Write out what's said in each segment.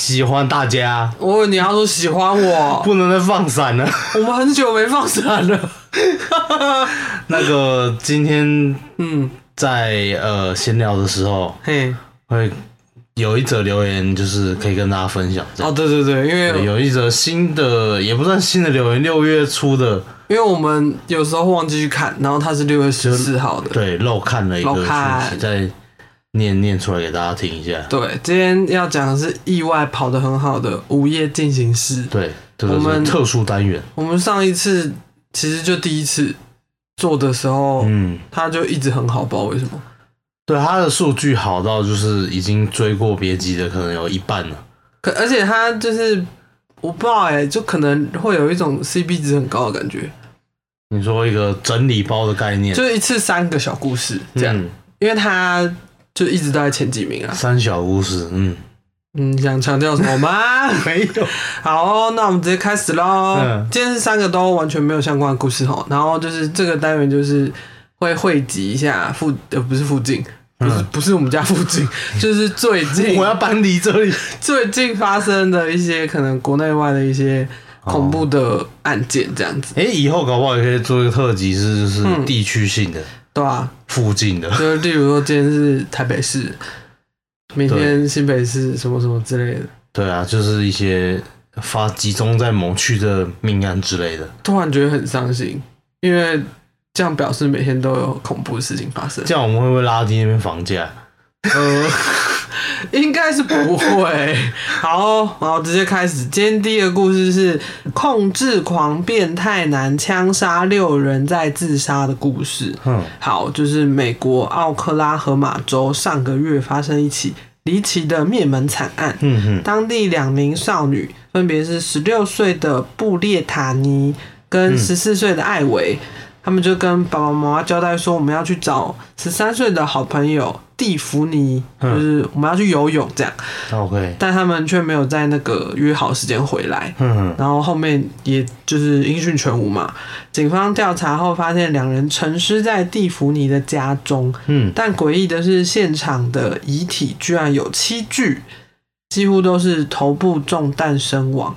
喜欢大家，我以为你要说喜欢我，不能再放散 了。 我们很久没放闪了。 那个今天嗯，在呃闲聊的时候，嘿，会有一则留言，就是可以跟大家分享这样。哦，对对对，因为有一则新的，也不算新的留言，六月初的，因为我们有时候忘记去看，然后他是六月十四号的。对，漏看了一个漏看讯息，再念念出来给大家听一下。对，今天要讲的是意外跑得很好的午夜进行式。对，这个我是们特殊单元。我们上一次其实就第一次做的时候，嗯，它就一直很好，不知道为什么。对，它的数据好到就是已经追过别集的，可能有一半了。可而且它就是我不知道哎、就可能会有一种 CP 值很高的感觉，你说一个整理包的概念，就是一次三个小故事这样，嗯因为它就一直都在前几名啊。三小故事， 嗯，嗯，想强调什么吗？ 没有，好哦，那我们直接开始喽。嗯今天是三个都完全没有相关的故事哦，然后就是这个单元就是会汇集一下附呃不是附近，不是、嗯不是我们家附 近，就是最近我要搬离这里。最近发生的一些可能国内外的一些哦恐怖的案件这样子，哎、以后搞不好也可以做一个特辑，是就是地区性的、对啊，附近的，就是例如说今天是台北市，明天新北市什么什么之类的，对啊，就是一些发集中在某区的命案之类的。突然觉得很伤心，因为这样表示每天都有恐怖的事情发生。这样我们会不会拉低那边房价？呃， 应该是不会。好，然后直接开始。今天第一个故事是控制狂变态男枪杀六人再自杀的故事。哼，好，就是美国奥克拉荷马州上个月发生一起离奇的灭门惨案。嗯哼，当地两名少女，分别是十六岁的布列塔尼跟十四岁的艾维，他们就跟爸爸妈妈交代说，我们要去找十三岁的好朋友蒂芙尼，嗯就是我们要去游泳这样，那 OK，但他们却没有在那个约好时间回来。嗯哼，然后后面也就是音讯全无嘛。警方调查后发现，两人沉尸在蒂芙尼的家中，嗯，但诡异的是，现场的遗体居然有七具，几乎都是头部中弹身亡。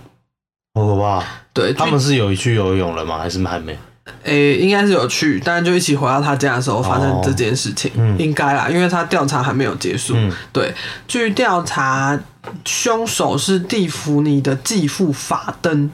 好可怕！对，他们是有去游泳了吗？还是还没？据诶、应该是有去，但就一起回到他家的时候发生这件事情，哦嗯应该啦，因为他调查还没有结束。嗯，对，据调查，凶手是蒂芙尼的继父法登，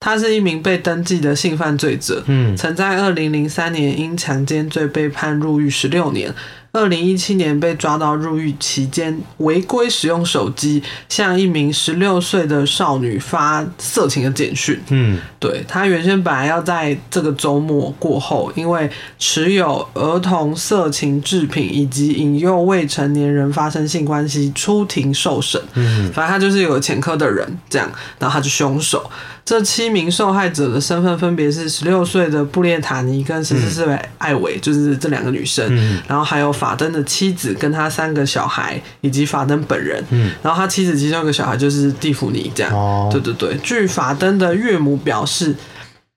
他是一名被登记的性犯罪者。嗯，曾在二零零三年因强奸罪被判入狱十六年，二零一七年被抓到入狱期间违规使用手机向一名十六岁的少女发色情的简讯。嗯，对他原先本来要在这个周末过后，因为持有儿童色情制品以及引诱未成年人发生性关系出庭受审。嗯，反正他就是有个前科的人，这样，然后他就凶手。这七名受害者的身份分别是十六岁的布列塔尼跟十四岁的艾维，就是这两个女生。嗯，然后还有法登的妻子跟他三个小孩，以及法登本人。嗯，然后他妻子其中一个小孩就是蒂芙尼，这样。哦，对对对，据法登的岳母表示，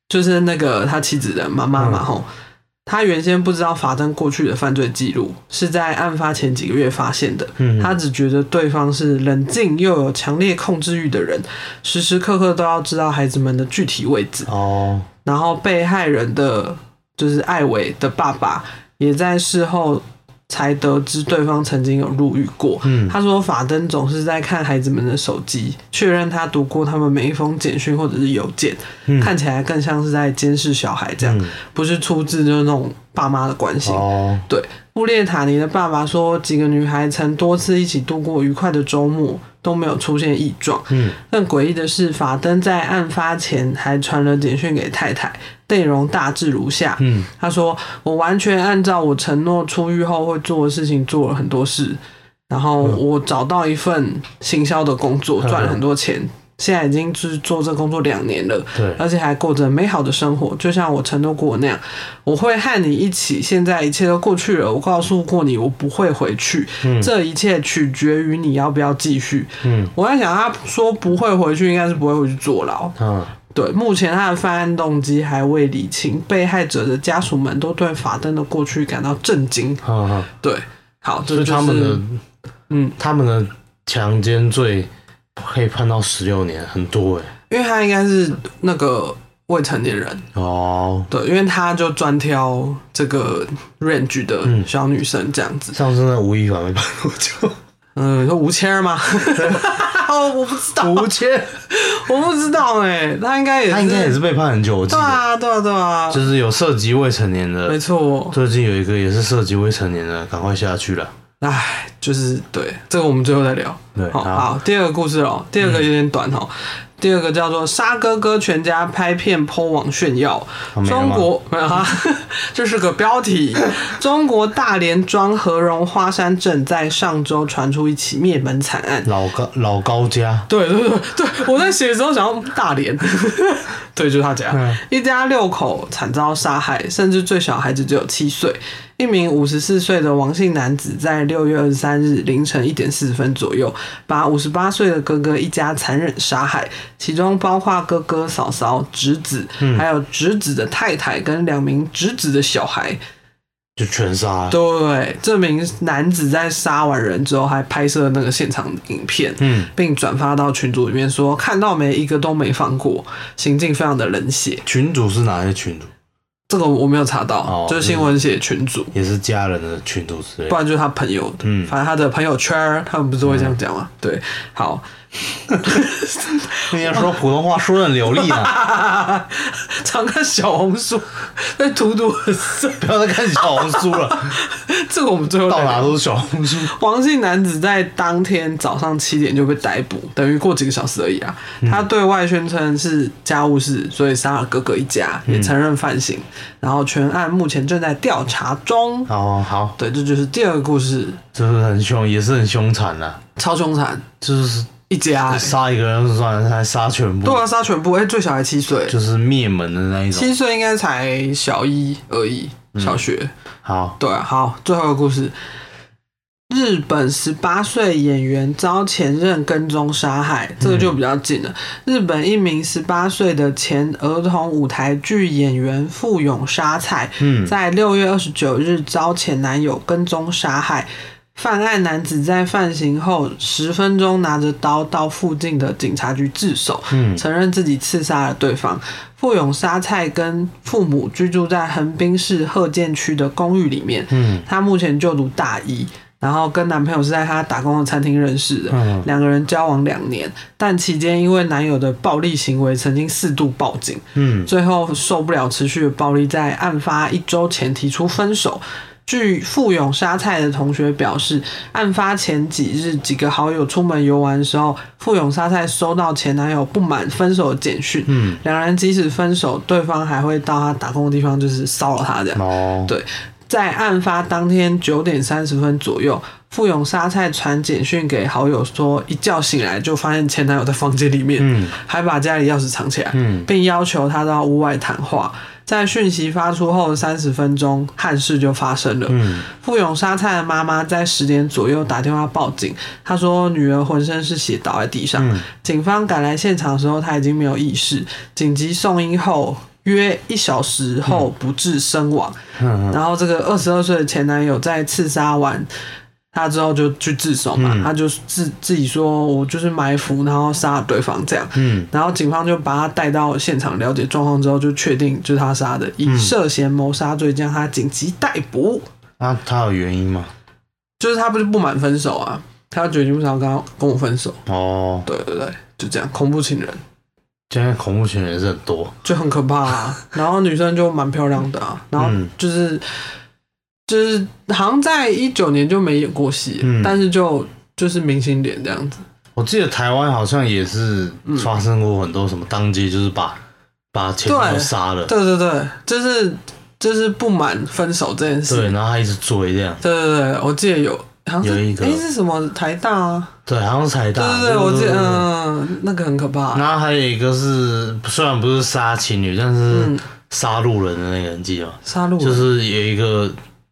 就是那个他妻子的妈妈嗯嘛，吼、他原先不知道法登过去的犯罪记录，是在案发前几个月发现的。嗯他只觉得对方是冷静又有强烈控制欲的人，时时刻刻都要知道孩子们的具体位置。哦，然后被害人的就是艾维的爸爸，也在事后才得知对方曾经有入狱过。嗯他说法登总是在看孩子们的手机，确认他读过他们每一封简讯或者是邮件，嗯看起来更像是在监视小孩这样，不是出自就是那种爸妈的关心。哦，对，布列塔尼的爸爸说，几个女孩曾多次一起度过愉快的周末，都没有出现异状。嗯，更诡异的是，法登在案发前还传了简讯给太太，内容大致如下。嗯，他说：“我完全按照我承诺出狱后会做的事情做了很多事，然后我找到一份行销的工作，嗯赚了很多钱。现在已经是做这工作两年了，对，而且还过着美好的生活，就像我承诺过那样，我会和你一起。现在一切都过去了，我告诉过你，我不会回去。嗯这一切取决于你要不要继续。嗯我在想，他说不会回去，应该是不会回去坐牢。嗯对，目前他的犯案动机还未理清，被害者的家属们都对法登的过去感到震惊。嗯嗯，对，好，这所就以是他们的嗯，他们的强奸罪可以判到十六年，很多哎。因为他应该是那个未成年人，哦，对，因为他就专挑这个 range 的嗯小女生这样子。上次那吴亦凡没判多久？嗯，你说吴谦儿吗？ 哦，我不知 道，吴谦，我不知道哎、他应该也是，他应该也是被判很久，我记对得，啊，对啊，对啊，就是有涉及未成年没的。错。最近有一个也是涉及未成年的，赶快下去了。唉，就是对，这个我们最后再聊。对，嗯好好，第二个故事哦，第二个有点短哦。第二个叫做“沙哥哥全家拍片剖网炫耀”，好哦没了中吗国 没有啊，这是个标题。中国大连庄和荣花山镇在上周传出一起灭门惨案。老高老高家，对对对对，我在写的时候想要大连， 对，就是他家，嗯一家六口惨遭杀害，甚至最小孩子只有七岁。一名五十四岁的王姓男子在六月二十三日凌晨一点四十分左右，把五十八岁的哥哥一家残忍杀害，其中包括哥哥、嫂嫂、侄子，还有侄子的太太跟两名侄子的小孩。就全杀了。对，这名男子在杀完人之后，还拍摄那个现场影片，嗯，并转发到群组里面说，看到没一个都没放过，行径非常的冷血。群主是哪些群主？这个我没有查到，哦就是新闻写群组，也是家人的群主之类不的。然就是他朋友的，嗯反正他的朋友圈儿，他们不是会这样讲吗？对，好， 你要说普通话说的流利呢，啊 常看小红书在荼毒很深，不要再看小红书了，这个我们最后再到哪聊都是小红 书。王姓男子在当天早上七点就被逮捕，等于过几个小时而已啊。嗯他对外宣称是家务事，所以杀了哥哥一家，也承认犯行。然后全案目前正在调查中。哦，好，对，这就是第二个故事，就是很凶，也是很凶残呐、超凶残，就是一家、欸。杀一个人就算了，还杀全部对，啊，杀全部，哎、最小还七岁，就是灭门的那一种七。岁应该才小一而已，嗯小学。好，对，好，最后一个故事。日本十八岁演员遭前任跟踪杀害，这个就比较近了。日本一名十八岁的前儿童舞台剧演员富永沙菜，嗯在六月二十九日遭前男友跟踪杀害。犯案男子在犯行后十分钟拿着刀到附近的警察局自首，嗯承认自己刺杀了对方。富永沙菜跟父母居住在横滨市鹤见区的公寓里面，嗯她目前就读大一，然后跟男朋友是在她打工的餐厅认识的，嗯两个人交往两年，但期间因为男友的暴力行为，曾经四度报警，嗯，最后受不了持续的暴力，在案发一周前提出分手。据富永沙菜的同学表示，案发前几日，几个好友出门游玩的时候，富永沙菜收到前男友不满分手的简讯。嗯，两人即使分手，对方还会到他打工的地方，就是骚扰他这样。哦，对，在案发当天九点三十分左右，富永沙菜传简讯给好友说，一觉醒来就发现前男友在房间里面，嗯还把家里钥匙藏起来，嗯并要求他到屋外谈话。在讯息发出后三十分钟，憾事就发生了。嗯富永沙菜的妈妈在十点左右打电话报警，她说女儿浑身是血倒在地上。嗯警方赶来现场的时候，她已经没有意识，紧急送医后约一小时后不治身亡。嗯然后这个二十二岁的前男友在刺杀完他之后就去自首嘛，嗯他就自自己说我就是埋伏，然后杀了对方这样。嗯然后警方就把他带到现场了解状况之后，就确定就是他杀的，以涉嫌谋杀罪将他紧急逮捕。那他有原因吗？就是他不是不满分手啊，他决定不想要跟他跟我分手。哦，对对对，就这样，恐怖情人现在恐怖情人也是很多，就很可怕、啊。然后女生就蛮漂亮的、啊，然后嗯就是、就是好像在一九年就没演过戏，嗯但是就就是明星脸这样子。我记得台湾好像也是嗯发生过很多什么当街就是把把前女友对杀了，对对对，就是就是不满分手这件事。对，然后他一直追这样，对对对，我记得有，好像是有一个诶是什么台大啊？对，好像是台对大，对对，我记得，对嗯，那个很可怕。然后还有一个是，虽然不是杀情侣，但是嗯，杀路人的那个人记得吗？杀戮就是有一个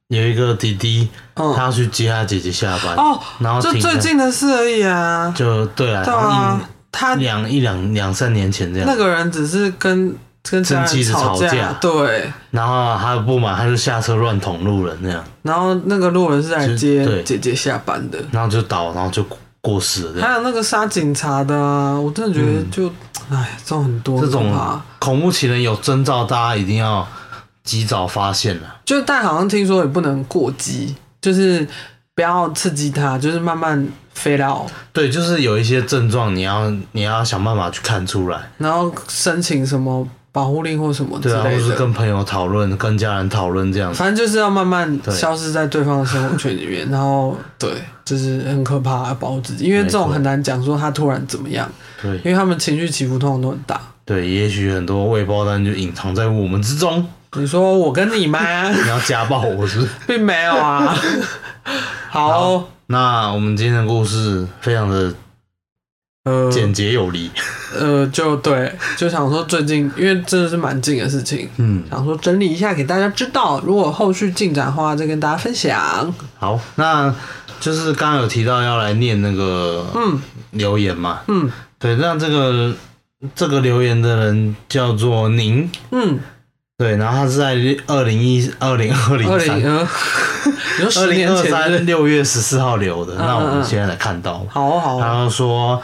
有一个弟弟，嗯他要去接他姐姐下班，哦，然后就停在最近的事而已啊。就对啊，对然后啊，他一两一两两三年前这那样，个人只是跟跟家跟妻人子吵架，架对。然后他不满，他就下车乱捅路人那样，然后那个路人是来就接对姐姐下班的，然后就倒，然后就过世了这样。还有那个杀警察的啊，我真的觉得就，哎、这种很多嗯这种很可怕恐怖情人有征兆，大家一定要及早发现啊了。就但好像听说也不能过激，就是不要刺激他，就是慢慢飞到，对，就是有一些症状，你要你要想办法去看出来。然后申请什么保护令或什么之对啊，或类是的。跟朋友讨论、跟家人讨论这样子。反正就是要慢慢对消失在对方的生活圈里面，然后对，就是很可怕，要保护自己，因为这种没错很难讲说他突然怎么样，对因为他们情绪起伏通常都很大。对，也许很多未爆弹就隐藏在我们之中。你说我 跟你吗？你要家暴我是不是？ 并没有啊。好，那我们今天的故事非常的呃简洁有力。嗯呃，就对，就想说最近，因为真的是蛮近的事情，嗯，想说整理一下给大家知道，如果后续进展的话，再跟大家分享。好，那就是刚刚有提到要来念那个嗯留言嘛。嗯对，那这个这个留言的人叫做宁。嗯，对，然后他是在二零一二零二二零零三呃，你说二十零年二前是三不是六月十四号留的，嗯那我嗯嗯们现在来看到，好哦好哦，他就说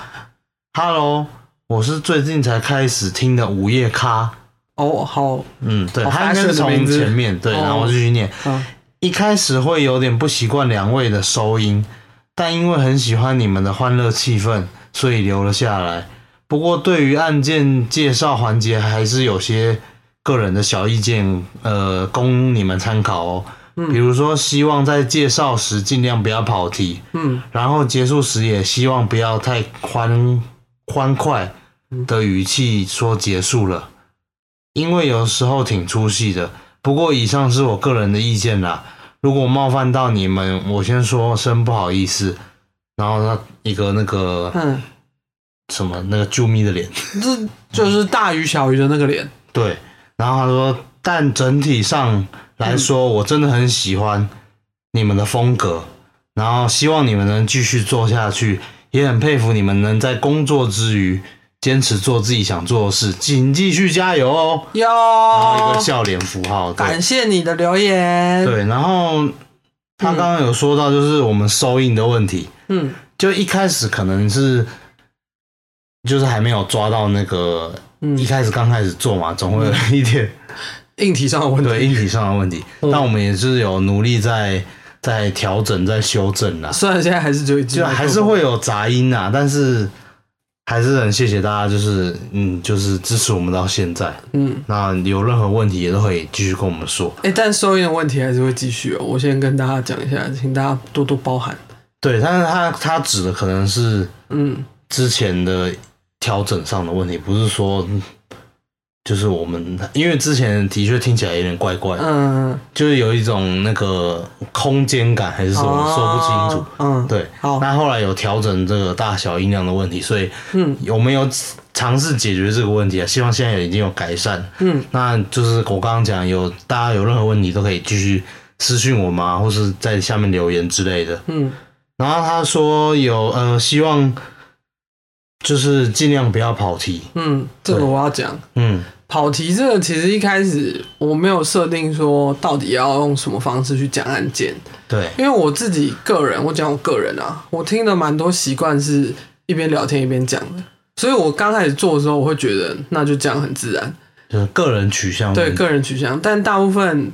：“Hello，我是最近才开始听的午夜咖。”哦好，嗯，对，好他应该是 fashion 的名从字前面对，哦然后我继续念。嗯一开始会有点不习惯两位的收音，但因为很喜欢你们的欢乐气氛，所以留了下来。不过对于案件介绍环节，还是有些个人的小意见，呃，供你们参考哦。比如说，希望在介绍时尽量不要跑题，嗯然后结束时也希望不要太欢欢快的语气说结束了，因为有时候挺出戏的。不过以上是我个人的意见啦，如果冒犯到你们，我先说声不好意思。然后他一个那个嗯，什么那个啾咪的脸，这就是大鱼小鱼的那个脸，对，然后他说，但整体上来说，我真的很喜欢你们的风格，然后希望你们能继续做下去，也很佩服你们能在工作之余坚持做自己想做的事，请继续加油哦。然后一个哟，笑脸符号，对哦感谢你的留言，对，然后他刚刚有说到就是我们收印的问题，嗯就一开始可能是就是还没有抓到那个，一嗯，开始刚开始做嘛，总会有一点。硬体上的问对题，硬体上的问题，嗯但我们也是有努力在在调整、在修正啦，虽然现在还是只有一只就麦克风，还是会有杂音啊，但是还是很谢谢大家，就是嗯，就是支持我们到现在。嗯。那有任何问题也都可以继续跟我们说。哎、但收音的问题还是会继续哦。我先跟大家讲一下，请大家多多包涵。对，但是他他指的可能是嗯，之前的调整上的问题，不是说。嗯就是我们，因为之前的确听起来有点怪怪，的，嗯，就是有一种那个空间感，还是什么说不清楚。楚。嗯，对，好，那后来有调整这个大小音量的问题，所以嗯我们有尝试解决这个问题啊，希望现在已经有改善。嗯，那就是我刚刚讲，有大家有任何问题都可以继续私讯我们啊，或是在下面留言之类的。嗯然后他说有呃，希望就是尽量不要跑题。嗯，这个对我要讲。嗯，跑题这个其实一开始我没有设定说到底要用什么方式去讲案件，对，因为我自己个人，我讲我个人啊，我听的蛮多习惯是一边聊天一边讲的，所以我刚开始做的时候，我会觉得那就这样很自然。就是个人取向。对个人取向，但大部分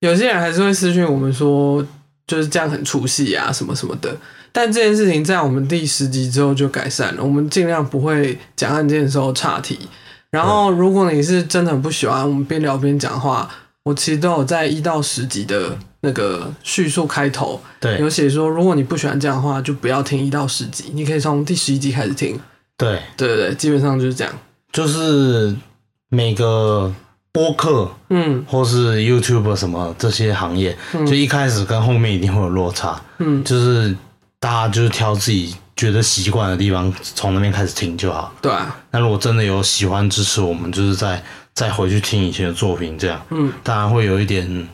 有些人还是会私讯我们说，就是这样很出戏啊，什么什么的。但这件事情在我们第十集之后就改善了，我们尽量不会讲案件的时候岔题。然后，如果你是真的很不喜欢我们边聊边讲话，我其实都有在一到十集的那个叙述开头有对写说，如果你不喜欢这样的话，就不要听一到十集，你可以从第十一集开始听。对，对对对，基本上就是这样。就是每个播客嗯或是 YouTube 什么这些行业，就一开始跟后面一定会有落差，嗯，就是大家就是挑自己觉得习惯的地方，从那边开始听就好。对啊，那如果真的有喜欢支持我们，就是再再回去听以前的作品，这样嗯，当然会有一点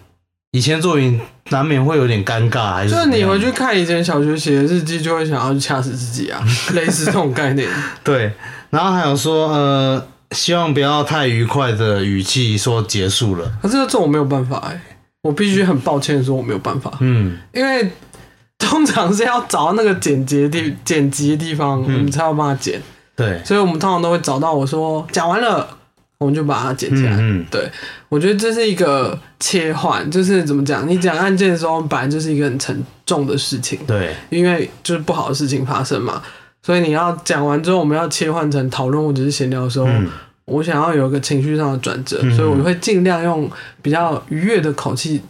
以前作品难免会有点尴尬，还是就是怎么你样回去看以前小学写的日记，就会想要去掐死自 己啊，类似这种概念。对，然后还有说呃，希望不要太愉快的语气说结束了，可是这我没有办法哎、我必须很抱歉地说我没有办法，嗯，因为通常是要找到那个剪辑地剪辑的地方，我嗯们才有办法剪，对，所以我们通常都会找到我说讲完了，我们就把它剪起来。嗯嗯对，我觉得这是一个切换，就是怎么讲？你讲案件的时候，本来就是一个很沉重的事情，对，因为就是不好的事情发生嘛，所以你要讲完之后，我们要切换成讨论或者是闲聊的时候，嗯我想要有一个情绪上的转折，所以我会尽量用比较愉悦的口气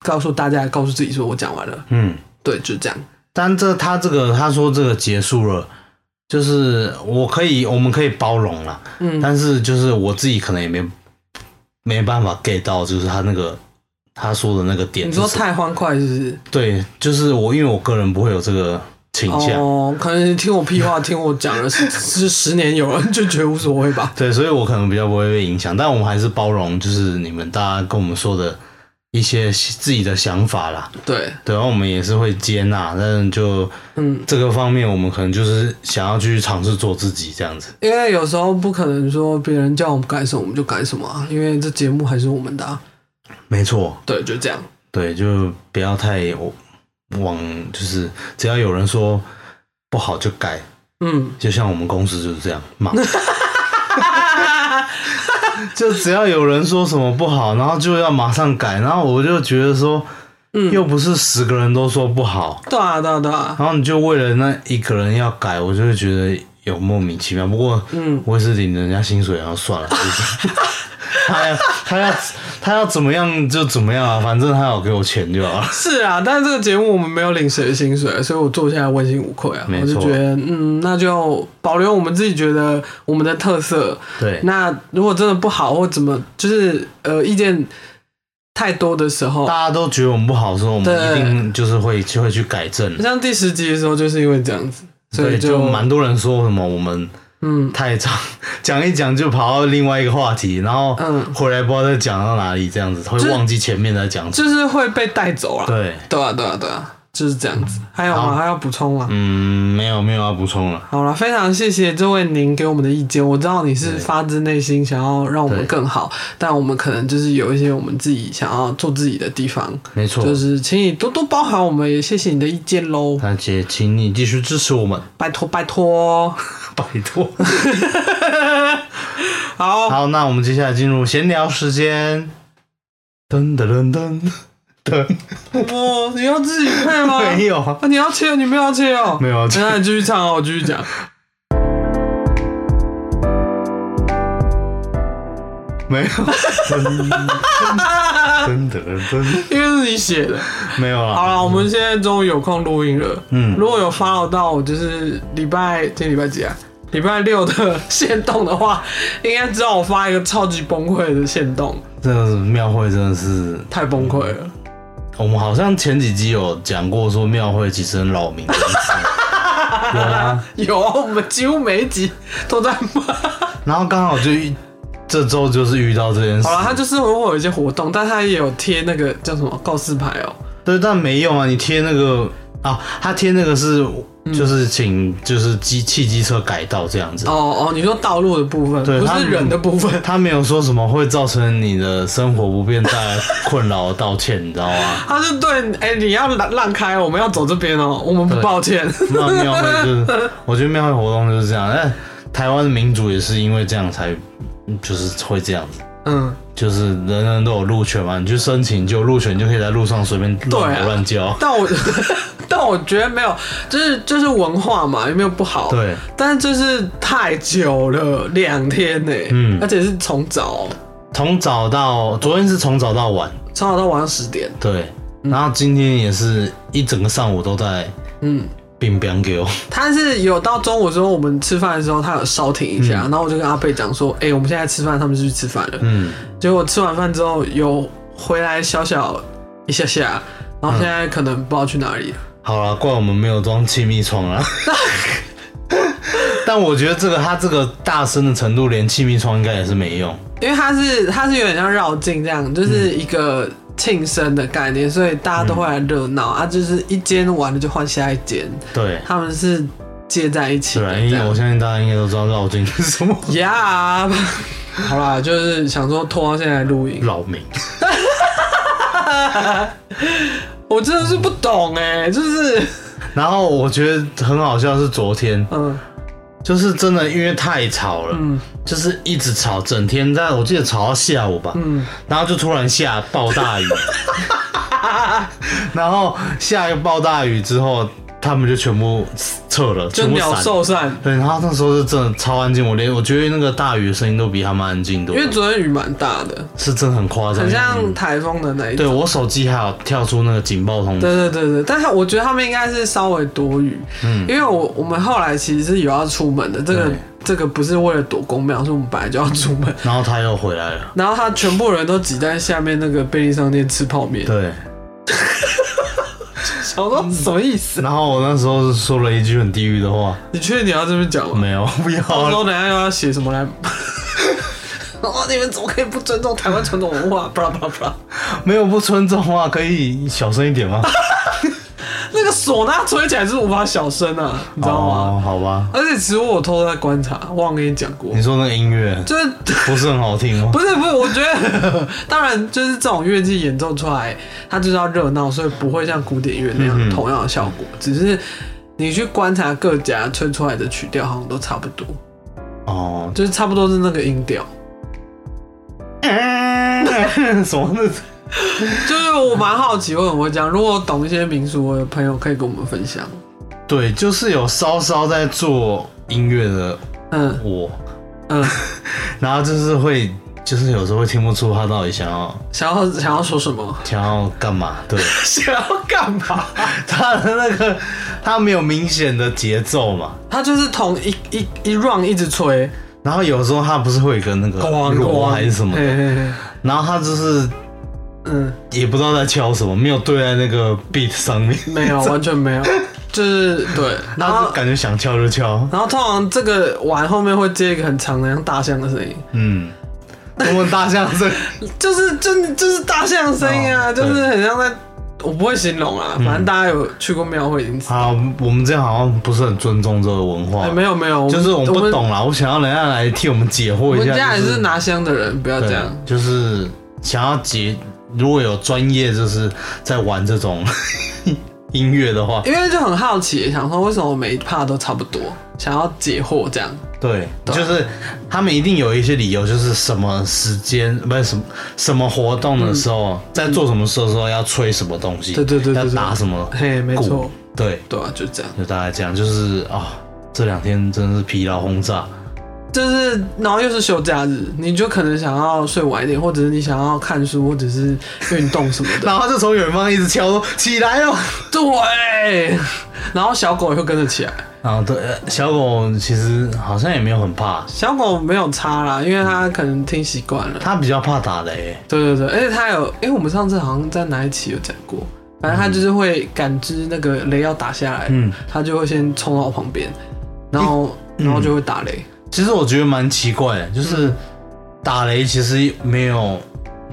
告诉大家，告诉自己说我讲完了，嗯，对，就这样。但这他这个他说这个结束了。就是我可以，我们可以包容啦，嗯，但是就是我自己可能也没没办法 get 到，就是他那个他说的那个点你是什么。说太欢快是不是？对，就是我，因为我个人不会有这个倾向，哦，可能你听我屁话，听我讲了是是十年有了，就觉得无所 谓吧。对，所以我可能比较不会被影响，但我们还是包容，就是你们大家跟我们说的一些自己的想法啦，对，对，然后我们也是会接纳，但就嗯，这个方面，我们可能就是想要去尝试做自己这样子，因为有时候不可能说别人叫我们干什么我们就干什么啊，因为这节目还是我们的、啊。没错，对，就这样。对，就不要太往，就是只要有人说不好就改，嗯，就像我们公司就是这样骂。 就只要有人说什么不好，然后就要马上改，然后我就觉得说，又不是十个人都说不好，对啊，对啊，对啊。然后你就为了那一个人要改，我就会觉得有莫名其妙。不过，嗯，我也是领人家薪水，然后算了， 就是他要他要他要怎么样就怎么样啊，反正他有给我钱就好了。是啊，但是这个节目我们没有领谁的薪水，所以我做下来问心无愧啊。没我错就觉得，嗯，那就保留我们自己觉得我们的特色。对，那如果真的不好或怎么，就是呃意见太多的时候大，家都觉得我们不好的时候，我们对一定就是会就会去改正。像第十集的时候就是因为这样子，所对，以就蛮多人说什么我们嗯太长， 讲一讲就跑到另外一个话题，然后嗯回来不知道再讲到哪里，这样子会就是忘记前面在讲什么。就是会被带走啊。对，对啊，对啊，对啊，就是这样子。还有吗？好还要补充吗？嗯，没有没有要补充了。好了，非常谢谢这位您给我们的意见。我知道你是对发自内心想要让我们对更好，但我们可能就是有一些我们自己想要做自己的地方，没错，就是请你多多包涵我们，也谢谢你的意见喽，那姐，请你继续支持我们， 拜托拜托。拜托。 好，好，那我们接下来进入闲聊时间。噔噔噔噔我你要自己配 吗？噔，没有啊，啊，你要切哦，你没有要切哦，没有啊，这那你继续唱哦，我继续讲。 没有，噔噔噔噔，因为是你写的。没有好了。了，我们现在终于有空录音了。嗯如果有 follow 到我，就是礼拜今天礼拜几啊？礼拜六的限动的话，应该知道我发一个超级崩溃的限动，这个庙会真的是太崩溃了。嗯我们好像前几集有讲过，说庙会其实很扰民的意思，有啊。有啊，我们几乎每一集都在 骂。然后刚好就遇这周就是遇到这件事好，了，他就是会有一些活动，但他也有贴那个叫什么告示牌哦、对，但没用啊，你贴那个啊，他贴那个是就是请就是机汽机车改道这样子，哦哦，你说道路的部分，对不他是人的部分。他没有说什么会造成你的生活不便带来困扰的道歉，你知道吗？他是对，哎、你要让让开，我们要走这边哦、我们不对抱歉。 那庙会就是，我觉得哎庙会活动就是这样，但台湾的民主也是因为这样才就是会这样子，嗯，就是人人都有路权嘛，你去申请就入选，就可以在路上随便对乱啊乱叫。但我 但我觉得没有，就是就是文化嘛，有没有不好？，对，但是就是太久了，两天呢、嗯而且是从早从早到昨天是从早到晚，从早到晚上十点，对，然后今天也是一整个上午都在嗯。冰冰给我，他是有到中午之后，我们吃饭的时候，他有稍停一下，然后我就跟阿贝讲说：“哎、我们现在吃饭，他们就去吃饭了。嗯，结果吃完饭之后有回来小小一下下，然嗯后现在可能不知道去哪里了。好了，怪我们没有装气密窗 啊。但我觉得这个他这个大声的程度，连气密窗应该也是没用。因为它是它是有点像绕境这样，就是一个庆生的概念，所以大家都会来热闹、啊，就是一间完了就换下一间，对，他们是接在一起对的啊，这因为我样。相信大家应该都知道绕境是什 么呀、 好啦，就是想说拖到现在录音，扰民。我真的是不懂哎、就是然后我觉得很好笑的是昨天，嗯就是真的因为太吵了，嗯就是一直吵，整天在我记得吵到下午吧，嗯，然后就突然下暴大 雨，然后下一个暴大雨之后，他们就全部撤了，就全部鸟散。兽散，对，然后那时候是真的超安静，我连我觉得那个大雨的声音都比他们安静多因，为昨天雨蛮大的，是真的很夸张，很像嗯台风的那一对种。我手机还有跳出那个警报通知，对对对对，但是我觉得他们应该是稍微多余，嗯因为我我们后来其实是有要出门的，这个对嗯这个不是为了躲公庙，是我们本来就要出门。然后他又回来了，然后他全部人都挤在下面那个便利商店吃泡面，对，嗯想说什么意思？然后我那时候是说了一句很地狱的话，你确定你要这么讲吗？没有，不到要时了，候等一下又要写什么来？哦，你们怎么可以不尊重台湾传统 文化？巴拉巴拉巴拉，没有不尊重啊，可以小声一点 吗？那个唢呐吹起来是无法小声啊，你知道吗？哦，好吧，而且其实我有偷偷在观察，忘了跟你讲过你，说那个音乐就是不是很好听吗不？是不是，我觉得当然就是这种乐器演奏出来，它就是要热闹，所以不会像古典乐嗯那样哼同样的效果，只是你去观察各家吹出来的曲调好像都差不多，哦， 就是差不多是那个音调。什么那就是我蛮好奇为什么会这样，如果懂一些民俗，我有朋友可以跟我们分享。对，就是有稍稍在做音乐的嗯我，嗯， 然后就是会，就是有时候会听不出他到底想要想要想要说 什么？想要干嘛。对， 想要干嘛？他的那个他没有明显的节奏嘛，他就是同一一一 round 一直吹，然后有时候他不是会有一个那个锣还是什么的，嘿嘿嘿然后他就是嗯。也不知道在敲什么，没有对在那个 beat 上面，没有，完全没有，就是对，然他就后感觉想敲就敲，然后通常这个碗后面会接一个很长的像大象的声音，嗯。我们大象这就是真就是大象的声音啊，哦嗯就是很像在，我不会形容啊，反正大家有去过庙会已经知 道。好，我们这样好像不是很尊重这个文化哎，，没有没有，就是我们不们，懂啦。我想要人家来替我们解惑我一们下，家也就是拿香的人，不要对，这样。就是想要解，如果有专业就是在玩这种 音乐的话，因为就很好奇，想说为什么每一趴都差不多，想要解惑这样。对，对啊就是他们一定有一些理由，就是什么时间不是什么什么活动的时候，在做什么事的时候要吹什么东西，嗯对对对对要对打什么，嘿，没错鼓，对，对啊，就这样。就大概这样，就是啊、这两天真的是疲劳轰炸，就是，然后又是休假日，你就可能想要睡晚一点，或者是你想要看书，或者是运动什么 的。然后就从远方一直敲说起来哦，对，然后小狗也会跟着起来。啊，对，呃小狗其实好像也没有很怕，小狗没有差啦，因为它可能听习惯了。它比较怕打雷，对对对，而且它有，因为我们上次好像在哪一期有讲过，反正它就是会感知那个雷要打下来，嗯。它就会先冲到我旁边，然后嗯然后就会打雷。其实我觉得蛮奇怪的，就是打雷其实没有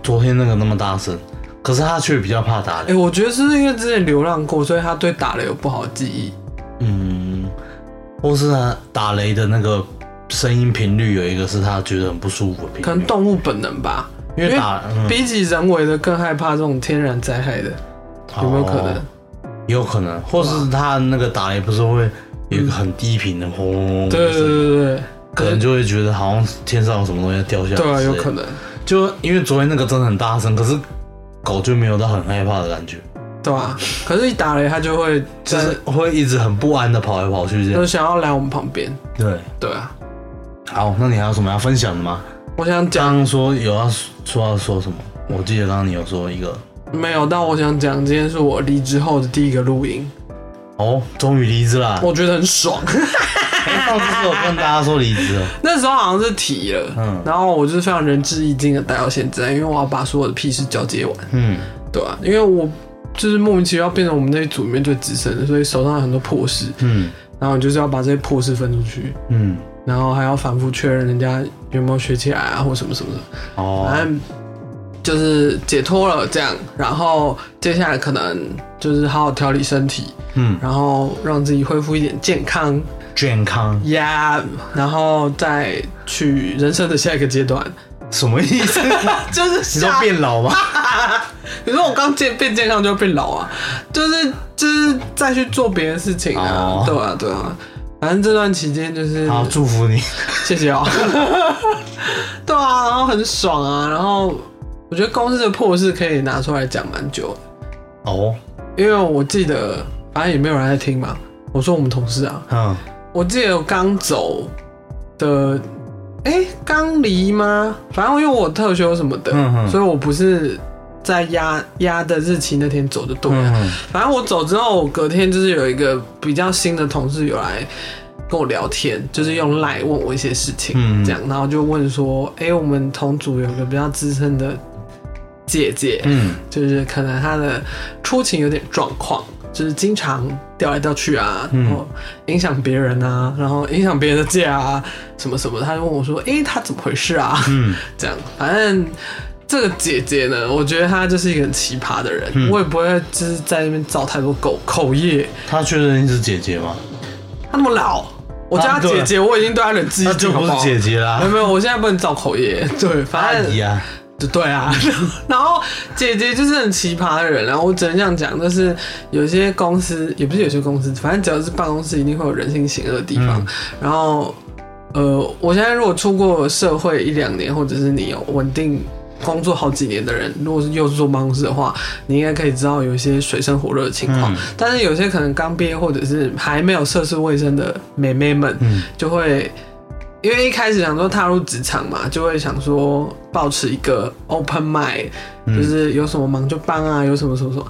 昨天那个那么大声，可是他却比较怕打哎、雷。我觉得是不是因为之前流浪过，所以它对打雷有不好的记忆。嗯，或是他打雷的那个声音频率有一个是他觉得很不舒服的频率，可能动物本能吧，因为打嗯比起人为的更害怕这种天然灾害的，有没有可能？哦有可能，或是他那个打雷不是会有一个很低频的轰，对对对对对，可能就会觉得好像天上有什么东西要掉下来，对啊，有可。能。就因为昨天那个真的很大声，可是狗就没有到很害怕的感觉，对吧、可是，一打雷它就会就就是是会一直很不安的跑来跑去这都样。想要来我们旁边，对，对啊。好，那你还有什么要分享的吗？我想刚讲刚说有要说要说什么？我记得刚刚你有说一个没有，但我想讲今天是我离职后的第一个录音，哦，终于离职啦！我觉得很爽。 上次有跟大家说离职了，那时候好像是提了，嗯然后我就是非常仁至义尽的待到现在，因为我要把所有的屁事交接完，嗯，对啊，因为我就是莫名其妙变成我们那一组里面最资深的，所以手上有很多破事，嗯然后你就是要把这些破事分出去，嗯，然后还要反复确认人家有没有学起来啊，或什么什么的，反哦，正就是解脱了这样，然后接下来可能就是好好调理身体，嗯，然后让自己恢复一点健康健康呀然后再去人生的下一个阶段，什么意思？就是你说下变老吗？你说我刚健变健康就变老啊，就是就是再去做别的事情啊，哦对啊对啊，反正这段期间就 是好，祝福你。谢谢 哦，对啊，然后很爽啊，然后我觉得公司的破事可以拿出来讲蛮久的，哦，因为我记得反正也没有人在听嘛，我说我们同事啊，嗯，我记得我刚走的。哎，刚离吗？反正因为我有特休什么的，嗯嗯所以我不是在压压的日期那天走就对了。嗯反正我走之后，我隔天就是有一个比较新的同事有来跟我聊天，就是用赖问我一些事情，嗯这样，然后就问说，哎、我们同组有个比较资深的姐姐，嗯就是可能她的出勤有点状况，就是经常调来调去啊，嗯然后影响别人啊，然后影响别人的假啊，什么什么，她就问我说，哎、她怎么回事啊？嗯 这样，反正这个姐姐呢，我觉得她就是一个很奇葩的人，嗯我也不会就是在那边造太多口口业。他确认是姐姐吗？她那么老，我叫她啊对姐姐，我已经对她忍至那义就尽，好不不是好？姐姐没有啦，没有，我现在不能造口业，对，阿反正姨啊，就对啊， 然后姐姐就是很奇葩的人啊，然后我只能这样讲，就是有些公司也不是有些公司，反正只要是办公室，一定会有人性险恶的地方。嗯然后，呃，我现在如果出过社会一两年，或者是你有稳定工作好几年的人，如果是又是坐办公室的话，你应该可以知道有一些水深火热的情况。嗯但是有些可能刚毕业或者是还没有涉世未深的美眉们，嗯就会因为一开始想说踏入职场嘛，就会想说保持一个 open mind，、就是有什么忙就帮啊，有什么什么什么，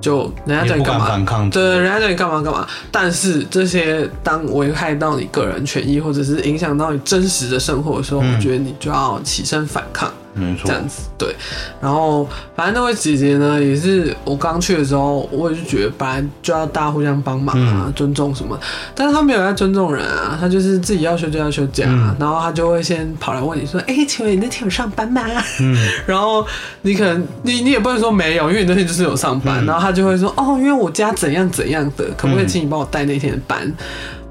就人家叫也不你干敢嘛反。抗。对，人家叫你干嘛干嘛，但是这些当危害到你个人权益，或者是影响到你真实的生活的时候，嗯我觉得你就要起身反抗。没这错，样子，对。然后反正那位姐姐呢，也是我刚去的时候，我也是觉得本来就要大家互相帮忙啊，尊重什么，但是她没有在尊重人啊，她就是自己要休就要休假、啊，嗯然后她就会先跑来问你说：“哎、请问你那天有上班吗？”嗯，然后你可能你你也不能说没有，因为你那天就是有上嗯班，然后他就会说哦，因为我家怎样怎样的，可不可以请你帮我带那天的班？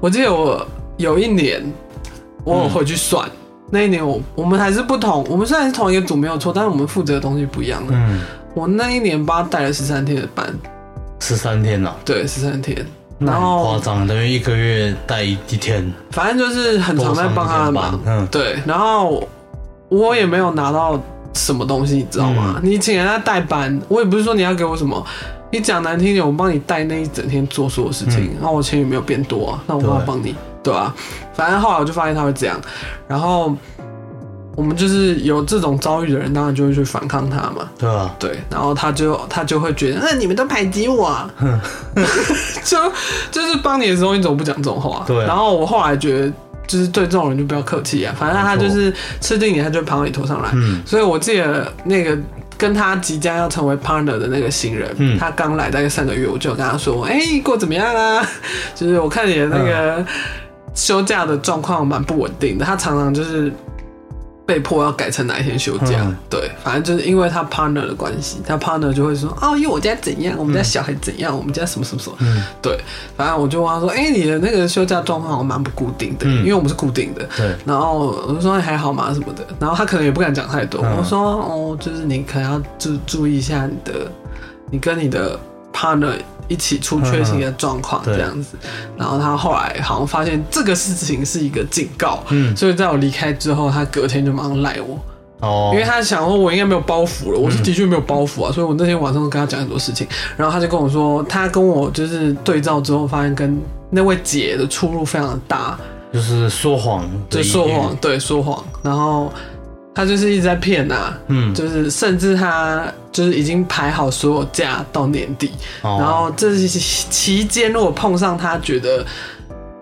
我记得我有一年我嗯有回去算。那一年我我们还是不同，我们虽然是同一个组没有错，但是我们负责的东西不一样了。嗯，我那一年帮他带了十三天的班，十三天了，对，十三天，那然很后夸张，等于一个月带一一天，反正就是很常在帮他的多上忙一天班。嗯对，然后我也没有拿到什么东西，你知道吗？你请人家代班，我也不是说你要给我什么。你讲难听点，我帮你带那一整天做所有事情，那、我钱也没有变多啊，那我干嘛对帮你？对啊，反正后来我就发现他会这样，然后我们就是有这种遭遇的人，当然就会去反抗他嘛。对啊吧？对，然后他就他就会觉得，那你们都排 挤我、啊，就就是帮你的时候，你怎么不讲这种话？对啊然后我后来觉得，就是对这种人就不要客气啊，反正他就是吃定你，他就会爬到你头上来。嗯所以我记得那个跟他即将要成为 partner 的那个新人，嗯他刚来大概三个月，我就跟他说：“哎、过得怎么样啊？”就是我看你的那嗯个休假的状况蛮不稳定的，他常常就是被迫要改成哪一天休假。嗯对，反正就是因为他 partner 的关系，他 partner 就会说：“哦，因为我家怎样，我们家小孩怎样，我们家什么什么什么。”嗯，对，反正我就问他说：“哎、你的那个休假状况好像蛮不固定的，嗯因为我们是固定的。”对，然后我就说你还好吗什么的，然后他可能也不敢讲太多。嗯我说哦，就是你可能要注注意一下你的，你跟你的 partner 一起出缺勤的状况嗯嗯这样子。然后他后来好像发现这个事情是一个警告，嗯所以在我离开之后，他隔天就马上赖我。哦，嗯因为他想说，我应该没有包袱了，我是的确没有包袱啊，所以我那天晚上都跟他讲很多事情，然后他就跟我说，他跟我就是对照之后，发现跟那位姐的出入非常的大，就是说谎，就说谎，，对，说谎，然后他就是一直在骗啊，嗯，就是甚至他就是已经排好所有假到年底，然然后这期间如果碰上他觉得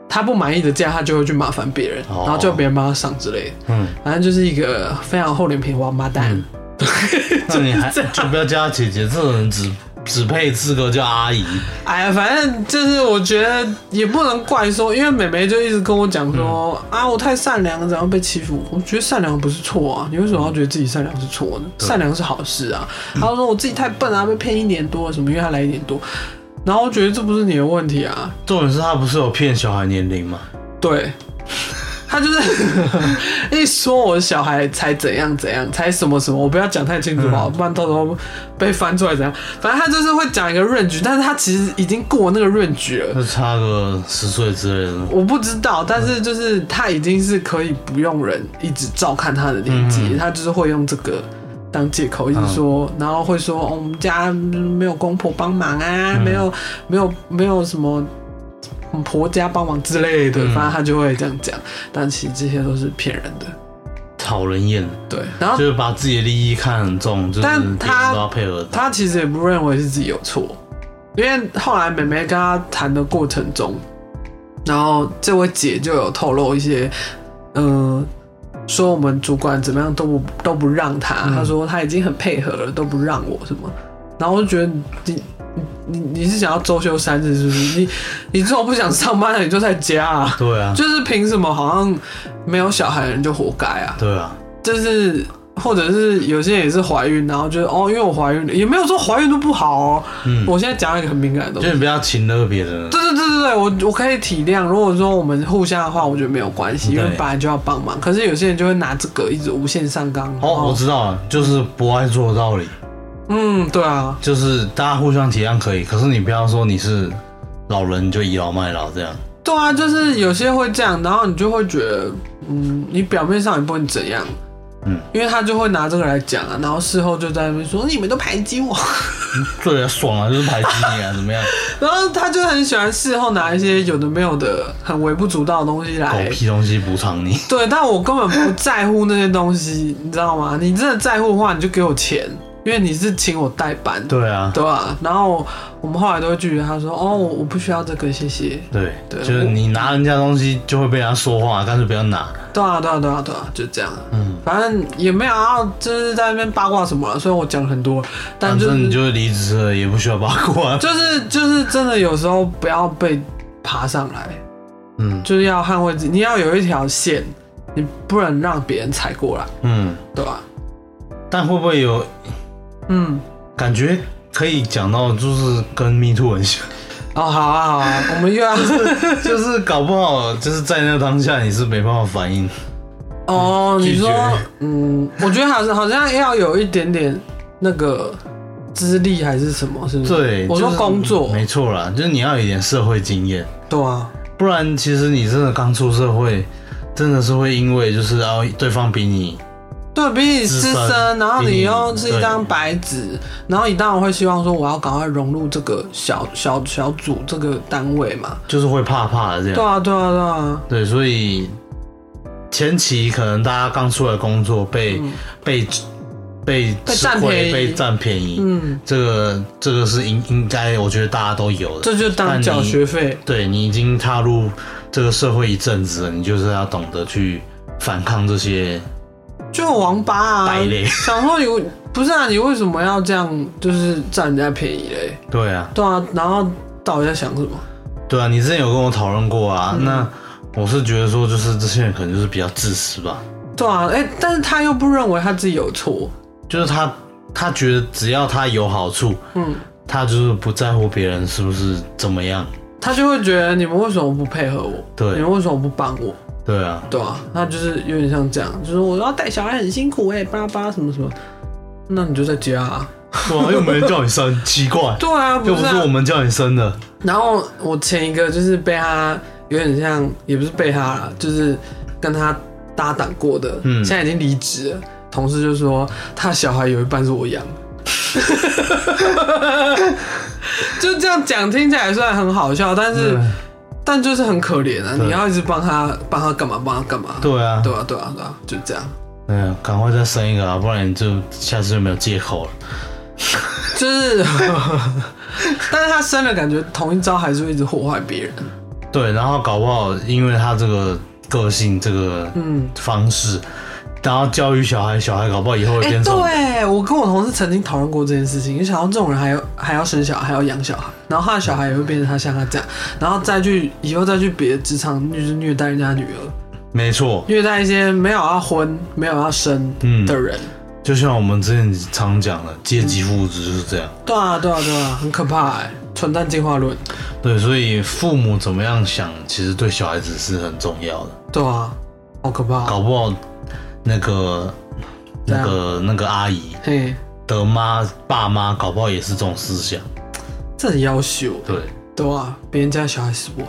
他不满意的假，他就会去麻烦别人，哦然后叫别人帮他上之类的，嗯， 反正就是一个非常厚脸皮的王八蛋。嗯那你还就不要叫她姐姐，这种人只只配资格叫阿姨。哎呀，反正就是我觉得也不能怪说，因为美眉就一直跟我讲说、啊，我太善良了，怎样被欺负？我觉得善良不是错啊，你为什么要觉得自己善良是错呢？善良是好事啊。她说我自己太笨啊，被骗一年多了什么，因为她来一年多。然后我觉得这不是你的问题啊，重点是她不是有骗小孩年龄吗？对，他就是 一说我小孩才怎样怎样，才什么什么，我不要讲太清楚吧，不然到时候被翻出来怎样。反正他就是会讲一个 range，但是他其实已经过那个 range 了。就差个十岁之类的。我不知道，但是就是他已经是可以不用人一直照看他的年纪，嗯他就是会用这个当借口，一直说，然后会说、哦、我们家没有公婆帮忙啊，嗯没有没有没有什么嗯婆家帮忙之类的，嗯反正他就会这样讲，但其实这些都是骗人的，讨人厌，对，然后就是把自己的利益看很重，就是啊但别她人都要配合她。他其实也不认为是自己有错，因为后来妹妹跟他谈的过程中，然后这位姐就有透露一些，嗯、说我们主管怎么样都不都不让他，嗯他说他已经很配合了，都不让我什么，然后我就觉得你。你你你是想要周休三日是不是？你你这种不想上班的你就在家、啊，对啊，就是凭什么好像没有小孩的人就活该啊？对啊，就是或者是有些人也是怀孕，然后就是哦，因为我怀孕了，也没有说怀孕都不好哦。嗯，我现在讲一个很敏感的东就西，你不要情勒别人。对对对对对，我我可以体谅。如果说我们互相的话，我觉得没有关系，因为对本来就要帮忙。可是有些人就会拿这个一直无限上纲。然哦，后我知道了，就是不爱做的道理，嗯，对啊，就是大家互相体谅可以，可是你不要说你是老人就倚老卖老这样。对啊，就是有些会这样，然后你就会觉得，嗯，你表面上也不能怎样。嗯，因为他就会拿这个来讲啊，然后事后就在那边说你们都排挤我，对啊，爽啊，就是排挤你啊，怎 么样？然后他就很喜欢事后拿一些有的没有的、很微不足道的东西狗来。屁东西补偿你。对，但我根本不在乎那些东西，你知道吗？你真的在乎的话，你就给我钱，因为你是请我代班，对啊，对吧？然后我们后来都会拒绝他说：“哦，我我不需要这个，谢谢。对，对就是你拿人家东西就会被人家说话，干脆不要拿。”对啊，对啊，对啊，对啊，就这样。嗯，反正也没有要就是在那边八卦什么了，虽然我讲很多，但反就是正你就是离职了，也不需要八卦。就是就是真的有时候不要被爬上来，嗯就是要捍卫自己，你要有一条线，你不能让别人踩过来，嗯，对吧、但会不会有嗯，感觉可以讲到，就是跟 Me Too 很像， 哦，好啊，好啊，我们又要就是搞不好就是在那当下你是没办法反应。嗯哦，拒你绝说，嗯，我觉得好像好像要有一点点那个资历还是什么，是不是？对，我说就是工作没错啦，就是你要有一点社会经验，对啊，不然其实你真的刚出社会，真的是会因为就是啊对方比你对比你资资深，深然后比你你又是一对张白纸，然后你当然会希望说我要赶快融入这个小小小组这个单位嘛，就是会怕怕的这样对。啊，对啊，对啊，对，所以前期可能大家刚出来工作被、被被嗯被吃占亏便宜被占便宜，嗯，这个这个是应应该，我觉得大家都有的。这就当但你缴学费，对你已经踏入这个社会一阵子了，你就是要懂得去反抗这些就王八啊，败类。想说你为不是啊，你为什么要这样就是占人家便宜嘞？ 对啊，对啊，然后到底在想什么？对啊，你之前有跟我讨论过啊，那。我是觉得说，就是这些人可能就是比较自私吧，对啊，哎、但是他又不认为他自己有错，就是他他觉得只要他有好处，嗯，他就是不在乎别人是不是怎么样，他就会觉得你们为什么不配合我？对你们为什么不帮我？对 啊，对啊，他就是有点像这样，就是我要带小孩很辛苦哎、巴拉巴拉什么什么，那你就在家、啊。对啊，又没人叫你生，奇 怪，对啊，又不不是、是啊我。们叫你生的。然后我前一个就是被他有点像，也不是被他啦，就是跟他搭档过的，嗯现在已经离职了。同事就说他小孩有一半是我养 的，就这样讲听起来虽然很好笑，但是、嗯但就是很可怜啊！对你要一直帮他帮他干嘛？帮他干嘛？对啊，对啊对啊对啊，就这样，嗯，赶快再生一个啊，不然你就下次就没有借口了。就是， 但是他生了，感觉同一招还是会一直祸害别人。对，然后搞不好因为他这个个性这个嗯，方式，然后教育小孩，小孩搞不好以后会哎、变成、对我跟我同事曾经讨论过这件事情，就想到这种人还要还要生小孩，还要养小孩，然后他的小孩也会变成他像他这样，然后再去以后再去别的职场就是虐待人家女儿，没错，虐待一些没有要婚、没有要生嗯的人。就像我们之前常讲的，阶级复制就是这样。对啊，对啊，对啊，很可怕哎、蠢蛋进化论。对，所以父母怎么样想，其实对小孩子是很重要的。对啊，好可怕、搞不好那个怎那样个那个阿姨嘿，的妈爸妈，搞不好也是这种思想。这很要求。对，对啊，别人家小孩是我，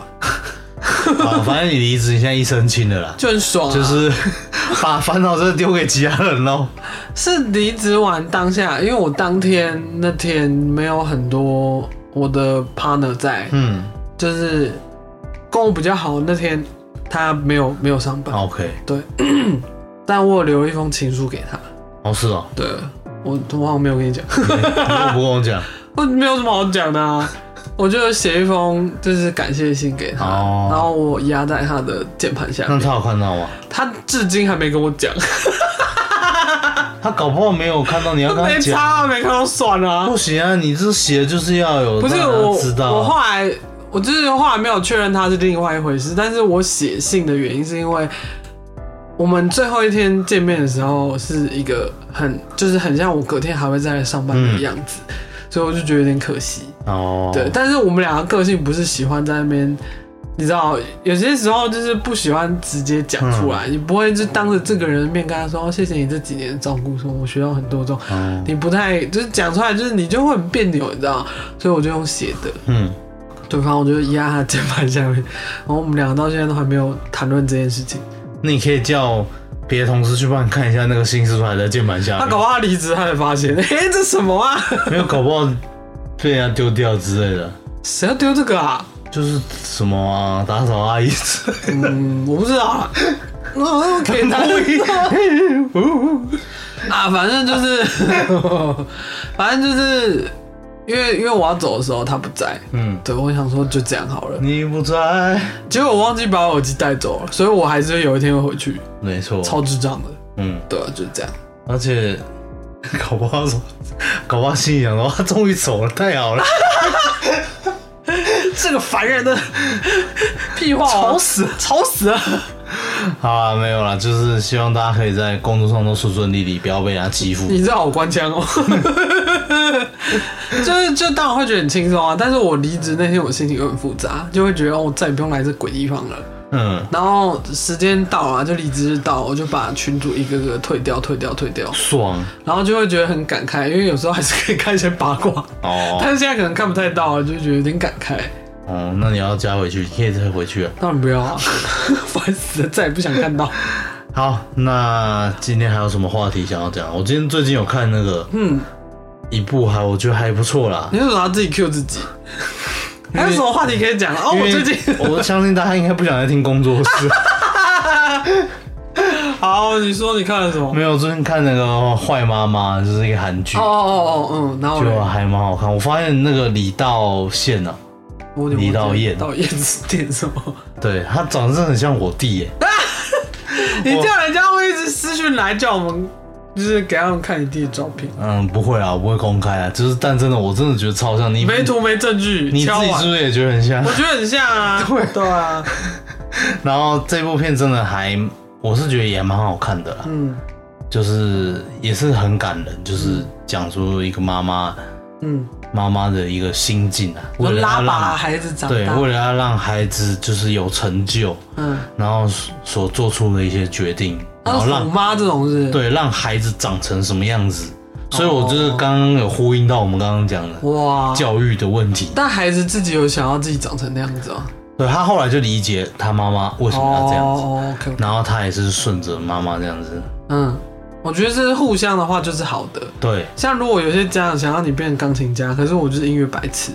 好，反正你离职，你现在一身轻了啦，就很爽啊、就是 把烦恼这丢给其他人喽。是离职完当下，因为我当天那天没有很多我的 partner 在，嗯就是跟我比较好那天他没有没有上班， ，OK， 但我有留一封情书给他。哦是哦，对，我我好像没有跟你讲， 你怎么不跟我讲？我没有什么好讲的、啊。我就写一封就是感谢信给他哦嗯然后我压在他的键盘下那面，他有看到吗？他至今还没跟我讲，他搞不好没有看到，你要跟他 没讲。差、啊、没看到算了、啊。不行啊，你这写就是要有，不是让他我知道我啊。后来我就是后来没有确认他是另外一回事，但是我写信的原因是因为我们最后一天见面的时候是一个很就是很像我隔天还会再来上班嗯的样子，所以我就觉得有点可惜。哦，对，但是我们两个个性不是喜欢在那边。你知道，有些时候就是不喜欢直接讲出来，你不会就当着这个人的面跟他说、哦谢谢你这几年的照顾，说我学到很多这种，哦，你不太就是讲出来，就是你就会很别扭，你知道，所以我就用写的，嗯，对方我就压他键盘下面，然后我们两个到现在都还没有谈论这件事情。那你可以叫别的同事去帮你看一下那个新是不是还在键盘下他面搞不好他离职，他才发现，哎、这什么啊？没有，搞不好被人家丢掉之类的，谁要丢这个啊？就是什么啊，打扫阿姨之类 的。嗯，我不知道啊。那我哦可以拿 啊，反正就是， 反正就是，因为因为我要走的时候他不在，嗯，对我想说就这样好了。你不在，结果我忘记把我耳机带走了，所以我还是有一天会回去，没错，超智障的。嗯，对啊，就是这样。而且搞不好说，搞不好心里想说，他终于走了，太好了，这个烦 人的屁话、哦，吵死，吵死了！好啊，没有啦，就是希望大家可以在工作上都顺顺利利，不要被人家欺负。你这好官腔哦， 就是就当然会觉得很轻松啊，但是我离职那天我心情有点复杂，就会觉得哦我再也不用来这鬼地方了。嗯，然后时间到了，就离职日到，我就把群主一个个退掉、退掉、退掉，爽然后就会觉得很感慨，因为有时候还是可以看一些八卦，但哦是现在可能看不太到了，就觉得有点感慨。哦，那你要加回去，你可以再回去了。当然不 要啊，烦死了，再也不想看到。好，那今天还有什么话题想要讲？我今天最近有看那个嗯。一部还我觉得还不错啦你，为什么要自己 Q 自己？还有什么话题可以讲？哦，因我为最近 我相信大家应该不想再听工作室，好，你说你看了什么？没有最近看那个《坏妈妈》，就是一个韩剧哦，哦哦，嗯，然后就嘞还蛮好看。我发现那个李道宪啊，我有点李道忘记彦导演是点什 么？对他长得真的很像我弟耶，你叫人家会一直私讯来叫我们，就是给他们看你弟的照片，嗯，不会啊，我不会公开啊，就是但真的我真的觉得超像你，没啊图没证据，你自敲己是完。不是也觉得很像我？觉得很像啊，对啊，然后这部片真的还，我是觉得也蛮好看的啦。嗯就是也是很感人，就是讲出一个妈妈嗯，妈妈的一个心境啊，我为了拉要拔让孩子长对，为大，了要让孩子就是有成就，嗯，然后所做出的一些决定，然然后后虎让妈这种是，对让孩子长成什么样子，所以我就是哦刚刚有呼应到我们刚刚讲的哇，教育的问题，但孩子自己有想要自己长成那样子哦，对他后来就理解他妈妈为什么要这样子，哦，OK，然后他也是顺着妈妈这样子嗯，我觉得这是互相的话，就是好的。对，像如果有些家长想让你变成钢琴家，可是我就是音乐白痴，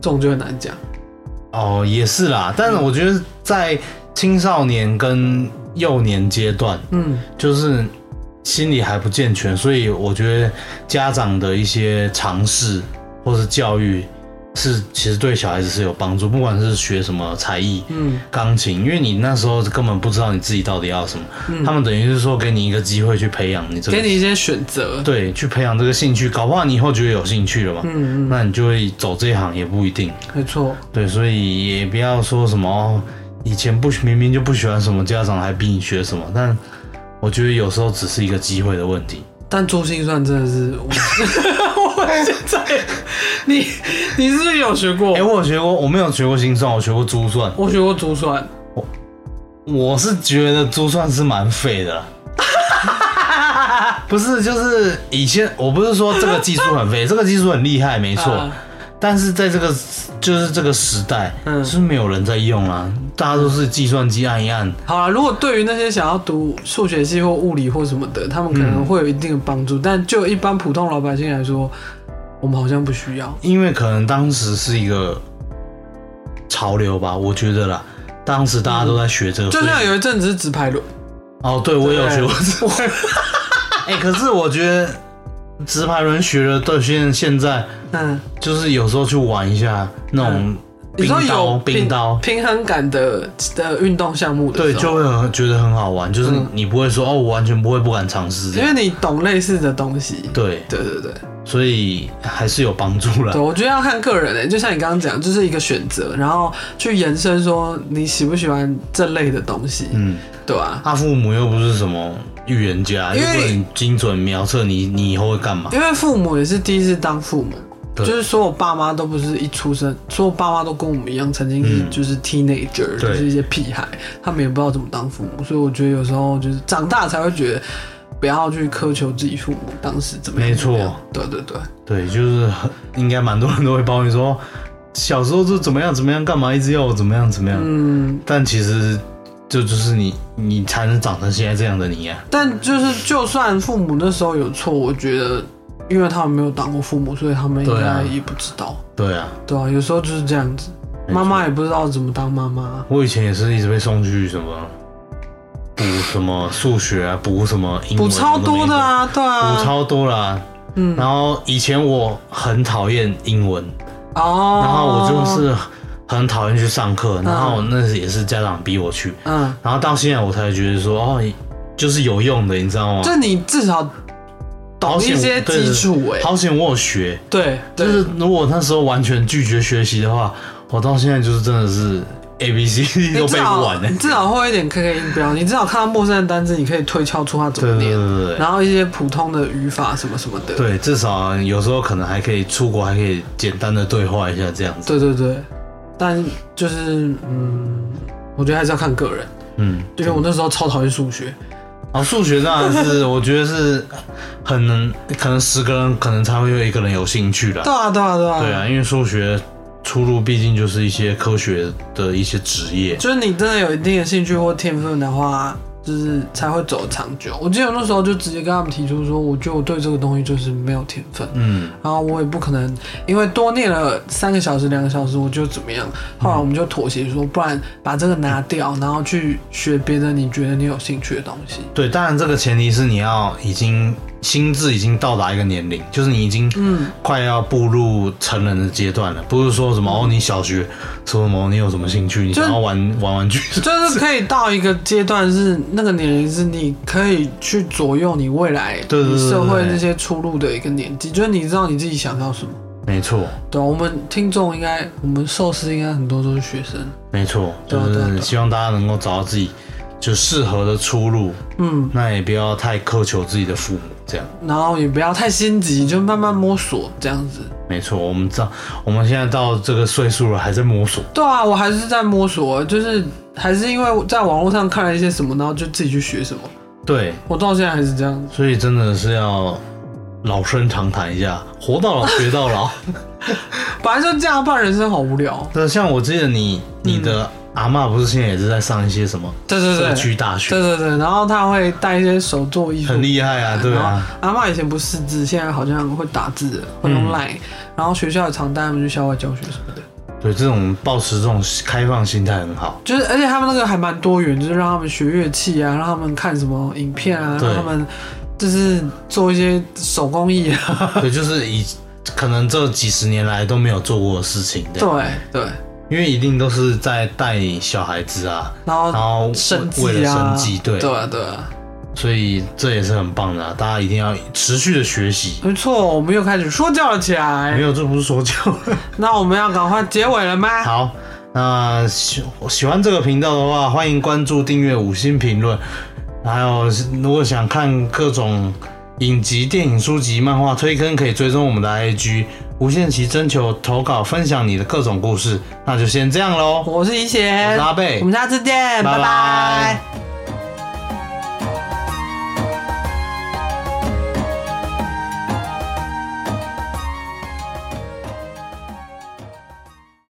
这种就很难讲。哦，也是啦。但是我觉得在青少年跟幼年阶段，嗯，就是心理还不健全，所以我觉得家长的一些尝试或是教育是其实对小孩子是有帮助，不管是学什么才艺，嗯，钢琴，因为你那时候根本不知道你自己到底要什么，他们等于是说给你一个机会去培养你这个，给你一些选择。对，去培养这个兴趣，搞不好你以后觉得有兴趣了嘛，嗯嗯，那你就会走这一行也不一定。没错。对，所以也不要说什么、哦、以前不明明就不喜欢什么，家长还逼你学什么。但我觉得有时候只是一个机会的问题。但珠心算真的是，我 我现在你你是不是有学过？哎、我有学过，我没有学过心算，我学过珠算。我学过珠算，我是觉得珠算是蛮废的啦。 不是，就是以前我不是说这个技术很废，这个技术很厉害，没错。啊但是在这个就是这个时代，嗯是没有人在用啦、大家都是计算机按一按。好了，如果对于那些想要读数学系或物理或什么的，他们可能会有一定的帮嗯助，但就一般普通老百姓来说，我们好像不需要。因为可能当时是一个潮流吧，我觉得啦，当时大家都在学这个，嗯就像所以有一阵子是直排轮，哦，对我有学过，过。哎、可是我觉得直排轮学了到现现在， 嗯，就是有时候去玩一下那种你冰说刀，嗯有冰刀。平衡感的的运动项目的对，时候就会很觉得很好玩，就是你不会说、哦，我完全不会，不敢尝试这嗯因样。为你懂类似的东西。对，对对对所以还是有帮助对，了。我觉得要看个人诶、欸就像你刚刚讲，就是一个选择，然后去延伸说你喜不喜欢这类的东西，嗯，对啊吧、他父母又不是什么预言家，因又为不能精准描测你你以后会干嘛。因为父母也是第一次当父母，对就是说我爸妈都不是一出生，说我爸妈都跟我们一样，曾经是嗯就是 teenager，、对就是一些屁孩，他们也不知道怎么当父母，所以我觉得有时候就是长大才会觉得不要去苛求自己父母当时怎么样。没错怎么样对对对，对，就是很应该蛮多人都会抱怨说，小时候就怎么样怎么样，干嘛一直要我怎么样怎么样。嗯，但其实这就是你，你才能长成现在这样的你啊呀、但就是就算父母那时候有错，我觉得因为他们没有当过父母，所以他们应对该啊也不知道，对啊，对啊，有时候就是这样子，没错妈妈也不知道怎么当妈妈，我以前也是一直被送去什么补什么数学啊，补什么英文，补超多的，啊，对啊，补超多啦、嗯然后以前我很讨厌英文，哦，然后我就是很讨厌去上课，然后那也是家长逼我去，嗯。然后到现在我才觉得说哦，就是有用的，你知道吗？就你至少懂一些基础哎、好险我有学，对，就对是如果那时候完全拒绝学习的话，我到现在就是真的是 A B C D 你嗯都至背不少完呢。欸你至少会一点 KK 音标，你至少看到陌生的单字，你可以推敲出它怎对么对念，对对然后一些普通的语法什么什么的。对，至少有时候可能还可以出国，还可以简单的对话一下这样子。对对对，但就是嗯，我觉得还是要看个人，嗯，因为我那时候超讨厌数学，啊，数学当然是我觉得是很能，可能十个人可能才会有一个人有兴趣啦对。啊对啊对啊，对啊，因为数学出路毕竟就是一些科学的一些职业。就是你真的有一定的兴趣或天分的话。就是才会走长久。我记得我那时候就直接跟他们提出说，我觉得我对这个东西就是没有天分，嗯，然后我也不可能，因为多念了三个小时、两个小时，我就怎么样。后来我们就妥协说，不然把这个拿掉，然后去学别的你觉得你有兴趣的东西。对，当然这个前提是你要已经心智已经到达一个年龄，就是你已经嗯快要步入成人的阶段了，不是说什么哦，你小学说什么哦你有什么兴趣，你嗯就想要玩玩 玩具，就是可以到一个阶段，是那个年龄是你可以去左右你未来对对对你社会对对那些出路的一个年纪，就是你知道你自己想要什么。没错，对啊、我们听众应该，我们寿司应该很多都是学生，没错，对就啊对啊对是啊希望大家能够找到自己就适合的出路，嗯，那也不要太苛求自己的父母，这样然后也不要太心急，就慢慢摸索这样子。没错。我们到我们现在到这个岁数了，还在摸索，对啊，我还是在摸索，就是还是因为在网络上看了一些什么，然后就自己去学什么。对，我到现在还是这样子。 所以真的是要老生常谈一下，活到老学到老。本来就这样，不然人生好无聊。对，像我记得你你的阿嬷不是现在也是在上一些什么嗯对对对社区大学对，对对，然后他会带一些手做艺术，很厉害啊，对然后啊，阿嬷以前不识字，现在好像会打字了，会用嗯 Line，、然后学校也常带他们去校外教学什么的。对这种保持这种开放心态很 好。就是，而且他们那个还蛮多元，就是让他们学乐器啊，让他们看什么影片啊，对让他们就是做一些手工艺啊。对，就是以可能这几十年来都没有做过的事情的，对 对，因为一定都是在带小孩子啊，然后然后为生为计了生啊，计，对，对啊对啊，所以这也是很棒的啊、大家一定要持续的学习。没错，我们又开始说教了起没来。有，这不是说教。那我们要赶快结尾了吗？好，那喜喜欢这个频道的话，欢迎关注、订阅、五星评论。还有，如果想看各种影集、电影、书籍、漫画推坑，可以追踪我们的 IG 无限期征求投稿，分享你的各种故事。那就先这样喽，我我是怡是贤，阿贝我，们下次见，拜拜拜拜